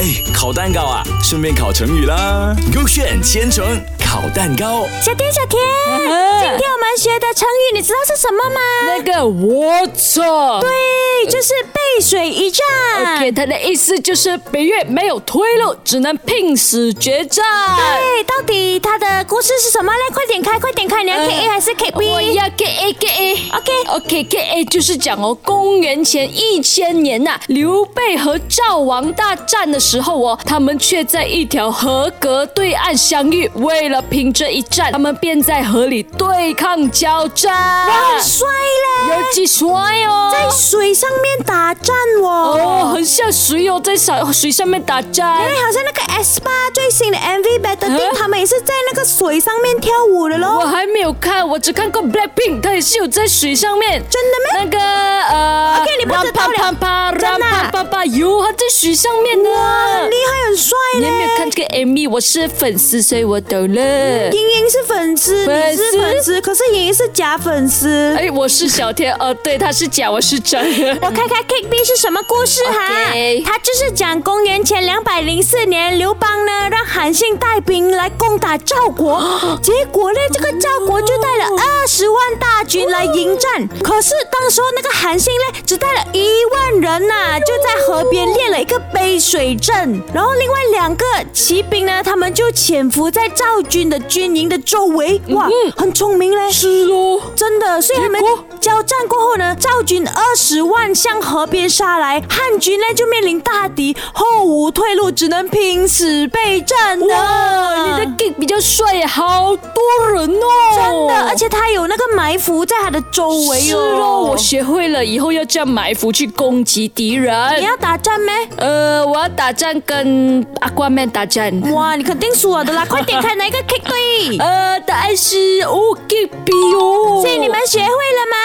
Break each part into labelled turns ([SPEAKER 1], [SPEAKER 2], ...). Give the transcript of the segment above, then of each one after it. [SPEAKER 1] 哎，烤蛋糕啊，顺便烤成语啦。勾选千层烤蛋糕，
[SPEAKER 2] 小天，小天，
[SPEAKER 3] 嗯
[SPEAKER 2] 今天我们学的成语你知道是什么吗？
[SPEAKER 3] 那个 water，
[SPEAKER 2] 对，就是背水一战。
[SPEAKER 3] 给他的意思就是北越没有退路，只能拼死决战。
[SPEAKER 2] 对，哎到底它的故事是什么嘞？快点开，快点开！你要 K A 还是 K
[SPEAKER 3] 嗯我
[SPEAKER 2] B？
[SPEAKER 3] 要 K A K A。
[SPEAKER 2] OK
[SPEAKER 3] OK K A 就是讲哦，公元前一千年呐、刘备和赵王大战的时候哦，他们却在一条河隔对岸相遇。为了拼这一战，他们便在河里对抗交战。
[SPEAKER 2] 很帅嘞，
[SPEAKER 3] 有几帅哦！
[SPEAKER 2] 在水上面打战
[SPEAKER 3] 哦，
[SPEAKER 2] 哦。
[SPEAKER 3] 很像水哦，在水水上面打仗。
[SPEAKER 2] 因为好像那个 S 八最新的 MV《Better Thing
[SPEAKER 3] 嗯》，
[SPEAKER 2] 他们也是在那个水上面跳舞的
[SPEAKER 3] 我
[SPEAKER 2] 喽。
[SPEAKER 3] 还没有看，我只看过 Blackpink，他也是有在水上面。
[SPEAKER 2] 真的
[SPEAKER 3] 那个呃
[SPEAKER 2] OK，你不知道了
[SPEAKER 3] 啪啪
[SPEAKER 2] 真的啊
[SPEAKER 3] 啪啪啪，有他在水上面呢。
[SPEAKER 2] 哇，很厉害，很帅
[SPEAKER 3] 你
[SPEAKER 2] 嘞
[SPEAKER 3] 有！没有看这个 MV？我是粉丝，所以我懂了。
[SPEAKER 2] 莹莹是粉丝，
[SPEAKER 3] 粉
[SPEAKER 2] 你
[SPEAKER 3] 丝
[SPEAKER 2] 是粉丝，可是莹莹是假粉丝。
[SPEAKER 3] 哎，我是小天，哦，对，他是假，我是真。
[SPEAKER 2] 我看看 K B 是什么故事哈
[SPEAKER 3] OK
[SPEAKER 2] 它就是讲公元前两百零四年，刘邦呢让韩信带兵来攻打赵 国，结果呢这个赵国就带了二十万大军来迎战，可是当时候那个韩信呢只带了一万人呐、就在河边列了一个背水阵，然后另外两个骑兵呢，他们就潜伏在赵军的军营的周围，哇，很聪明嘞，
[SPEAKER 3] 嗯是哦，
[SPEAKER 2] 真的，所以他们
[SPEAKER 3] 结果
[SPEAKER 2] 交战过后呢，赵军二十万向河边杀来，汉军呢就面临大敌，后无退路，只能拼死备战
[SPEAKER 3] 哇，
[SPEAKER 2] 了。
[SPEAKER 3] 你的 gig 比较帅耶，好多人哦。
[SPEAKER 2] 真的，而且他有那个埋伏在他的周围哦。
[SPEAKER 3] 是哦，我学会了，以后要这样埋伏去攻击敌人。
[SPEAKER 2] 你要打战咩？
[SPEAKER 3] 呃，我要打战跟阿瓜曼打战。
[SPEAKER 2] 哇，你肯定输我的啦！快点看哪一个 kick 对。
[SPEAKER 3] 呃，答案是哦，G B 哦。
[SPEAKER 2] 所以你们学会了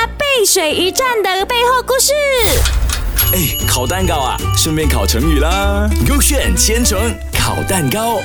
[SPEAKER 2] 吗？背水一战的背后故事。
[SPEAKER 1] 哎，烤蛋糕啊，顺便烤成语啦。勾选千层烤蛋糕。